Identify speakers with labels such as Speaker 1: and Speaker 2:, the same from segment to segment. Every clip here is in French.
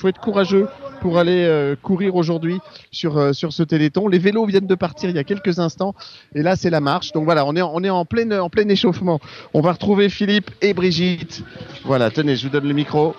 Speaker 1: faut être courageux pour aller euh, courir aujourd'hui sur, euh, sur ce téléthon. Les vélos viennent de partir il y a quelques instants et là c'est la marche. Donc voilà, on est, en- on est en, plein, en plein échauffement. On va retrouver Philippe et Brigitte. Voilà, tenez, je vous donne le micro.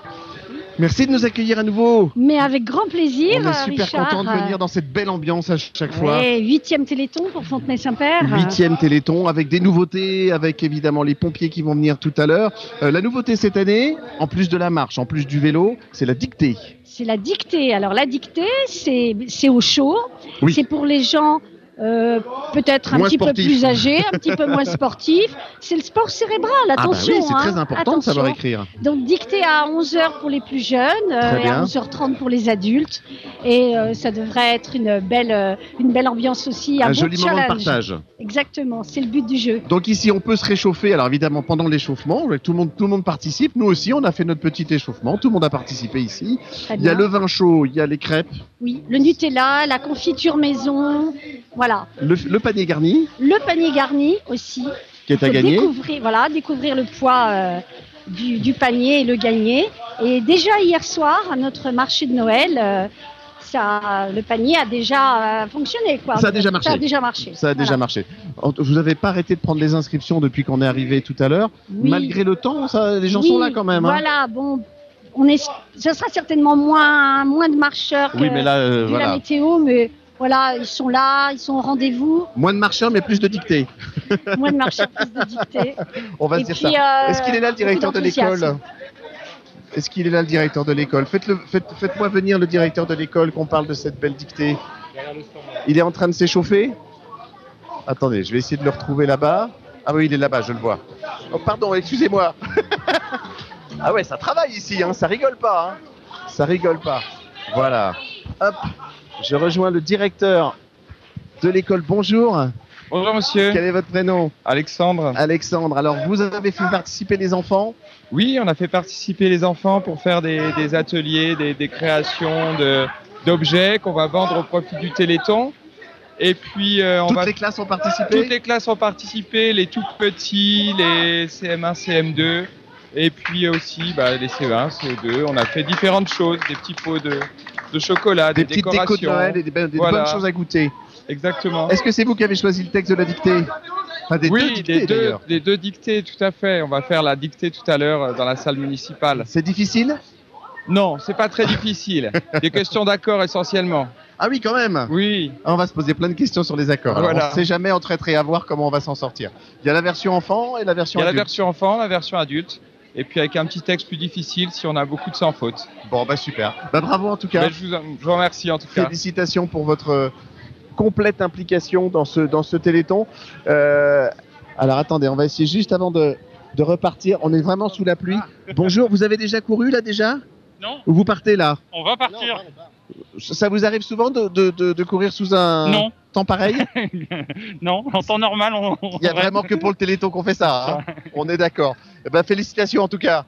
Speaker 1: Merci de nous accueillir à nouveau.
Speaker 2: Mais avec grand plaisir,
Speaker 1: on est super
Speaker 2: Richard. Euh,
Speaker 1: content de venir dans cette belle ambiance à ch- chaque fois.
Speaker 2: Ouais, huitième Téléthon pour Fontenay-Saint-Père.
Speaker 1: Huitième Téléthon avec des nouveautés, avec évidemment les pompiers qui vont venir tout à l'heure. Euh, la nouveauté cette année, en plus de la marche, en plus du vélo, c'est la dictée.
Speaker 2: C'est la dictée. Alors la dictée, c'est c'est au chaud.
Speaker 1: Oui.
Speaker 2: C'est pour les gens euh, peut-être un
Speaker 1: Moins
Speaker 2: petit peu
Speaker 1: sportifs.
Speaker 2: plus âgés, un petit peu moins sportifs. C'est le sport cérébral, attention.
Speaker 1: ah bah oui, c'est
Speaker 2: hein,
Speaker 1: très important de
Speaker 2: attention.
Speaker 1: savoir écrire.
Speaker 2: Donc dictée à 11h pour les plus jeunes euh,
Speaker 1: Très
Speaker 2: et
Speaker 1: bien.
Speaker 2: à 11h30 pour les adultes. Et euh, ça devrait être une belle, euh, une belle ambiance aussi. Un,
Speaker 1: Un
Speaker 2: bon
Speaker 1: joli moment de
Speaker 2: challenge.
Speaker 1: partage.
Speaker 2: Exactement, c'est le but du jeu.
Speaker 1: Donc ici, on peut se réchauffer. Alors évidemment, pendant l'échauffement, tout le monde, tout le monde participe. Nous aussi, on a fait notre petit échauffement. Tout le monde a participé ici.
Speaker 2: Très
Speaker 1: Il y a
Speaker 2: Eh bien.
Speaker 1: le vin chaud, il y a les crêpes,
Speaker 2: Oui, le Nutella, la confiture maison, voilà.
Speaker 1: le, le panier garni
Speaker 2: Le panier garni aussi.
Speaker 1: qui est à
Speaker 2: Faut
Speaker 1: gagner.
Speaker 2: Découvrir, voilà, découvrir le poids euh, du, du panier et le gagner. Et déjà hier soir, à notre marché de Noël, euh, ça, le panier a déjà euh, fonctionné. Quoi.
Speaker 1: Ça a déjà marché.
Speaker 2: Ça a déjà marché.
Speaker 1: Ça a déjà
Speaker 2: Voilà.
Speaker 1: marché. En- Vous n'avez pas arrêté de prendre les inscriptions depuis qu'on est arrivé tout à l'heure.
Speaker 2: Oui.
Speaker 1: Malgré le temps, ça, les gens
Speaker 2: Oui,
Speaker 1: sont là quand même. hein.
Speaker 2: Voilà, bon, on est, ça sera certainement moins, moins de marcheurs que
Speaker 1: Oui, mais là, euh,
Speaker 2: vu la
Speaker 1: voilà.
Speaker 2: météo, mais voilà, ils sont là, ils sont au rendez-vous,
Speaker 1: Moins de marcheurs, mais plus de dictées.
Speaker 2: moins de marcheurs, plus de dictées.
Speaker 1: On va
Speaker 2: Et
Speaker 1: se dire
Speaker 2: puis,
Speaker 1: ça.
Speaker 2: euh,
Speaker 1: Est-ce qu'il est là le
Speaker 2: beaucoup
Speaker 1: directeur de l'école
Speaker 2: d'enthousiasme.
Speaker 1: Est-ce qu'il est là le directeur de l'école Faites-le- faites- Faites-moi venir le directeur de l'école qu'on parle de cette belle dictée. Il est en train de s'échauffer Attendez, je vais essayer de le retrouver là-bas. Ah oui, il est là-bas, je le vois. Oh, pardon, excusez-moi. ah ouais, ça travaille ici, hein, ça rigole pas. hein. Ça rigole pas. Voilà. Hop, je rejoins le directeur de l'école. Bonjour.
Speaker 3: Bonjour monsieur,
Speaker 1: Quel Ah. est votre prénom
Speaker 3: Alexandre.
Speaker 1: Alexandre, alors vous avez fait participer les enfants.
Speaker 3: Oui, on a fait participer les enfants pour faire des, des ateliers, des, des créations de- d'objets qu'on va vendre au profit du Téléthon. Et puis euh, on
Speaker 1: Toutes
Speaker 3: va
Speaker 1: les classes ont
Speaker 3: toutes
Speaker 1: participé.
Speaker 3: les classes ont participé, les tout petits, les CM1, CM2, et puis aussi bah, les CE1, CE2. On a fait différentes choses, des petits pots de, de chocolat, des,
Speaker 1: Des petites décos de
Speaker 3: décorations.
Speaker 1: Noël et des, be- des
Speaker 3: Voilà.
Speaker 1: bonnes choses à goûter.
Speaker 3: Exactement.
Speaker 1: Est-ce que c'est vous qui avez choisi le texte de la dictée Enfin, des deux
Speaker 3: oui,
Speaker 1: dictées
Speaker 3: des, deux,
Speaker 1: d'ailleurs.
Speaker 3: des deux dictées, tout à fait. On va faire la dictée tout à l'heure euh, dans la salle municipale.
Speaker 1: C'est difficile
Speaker 3: Non, c'est pas très difficile. Des questions d'accord essentiellement.
Speaker 1: Ah oui, quand même
Speaker 3: Oui,
Speaker 1: On va se poser plein de questions sur les accords. Alors,
Speaker 3: Voilà.
Speaker 1: On ne sait jamais en traître et à voir comment on va s'en sortir. Il y a la version enfant et la
Speaker 3: il
Speaker 1: version
Speaker 3: y a la
Speaker 1: adulte.
Speaker 3: version enfant, la version adulte, et puis avec un petit texte plus difficile si on a beaucoup de sans faute.
Speaker 1: Bon, bah super. Bah bravo en tout cas.
Speaker 3: Mais je, vous, je vous remercie en tout cas.
Speaker 1: Félicitations pour votre euh, complète implication dans ce, dans ce téléthon. Euh, alors attendez, on va essayer juste avant de, de repartir. On est vraiment sous la pluie. Bonjour, vous avez déjà couru là déjà
Speaker 4: Non.
Speaker 1: Ou vous partez là
Speaker 4: On va partir.
Speaker 1: Ça vous arrive souvent de, de, de- de courir sous un
Speaker 4: Non,
Speaker 1: temps pareil
Speaker 4: non, en temps normal, on.
Speaker 1: Il n'y a vraiment que pour le téléthon qu'on fait ça. hein. on est d'accord. Eh ben, félicitations en tout cas.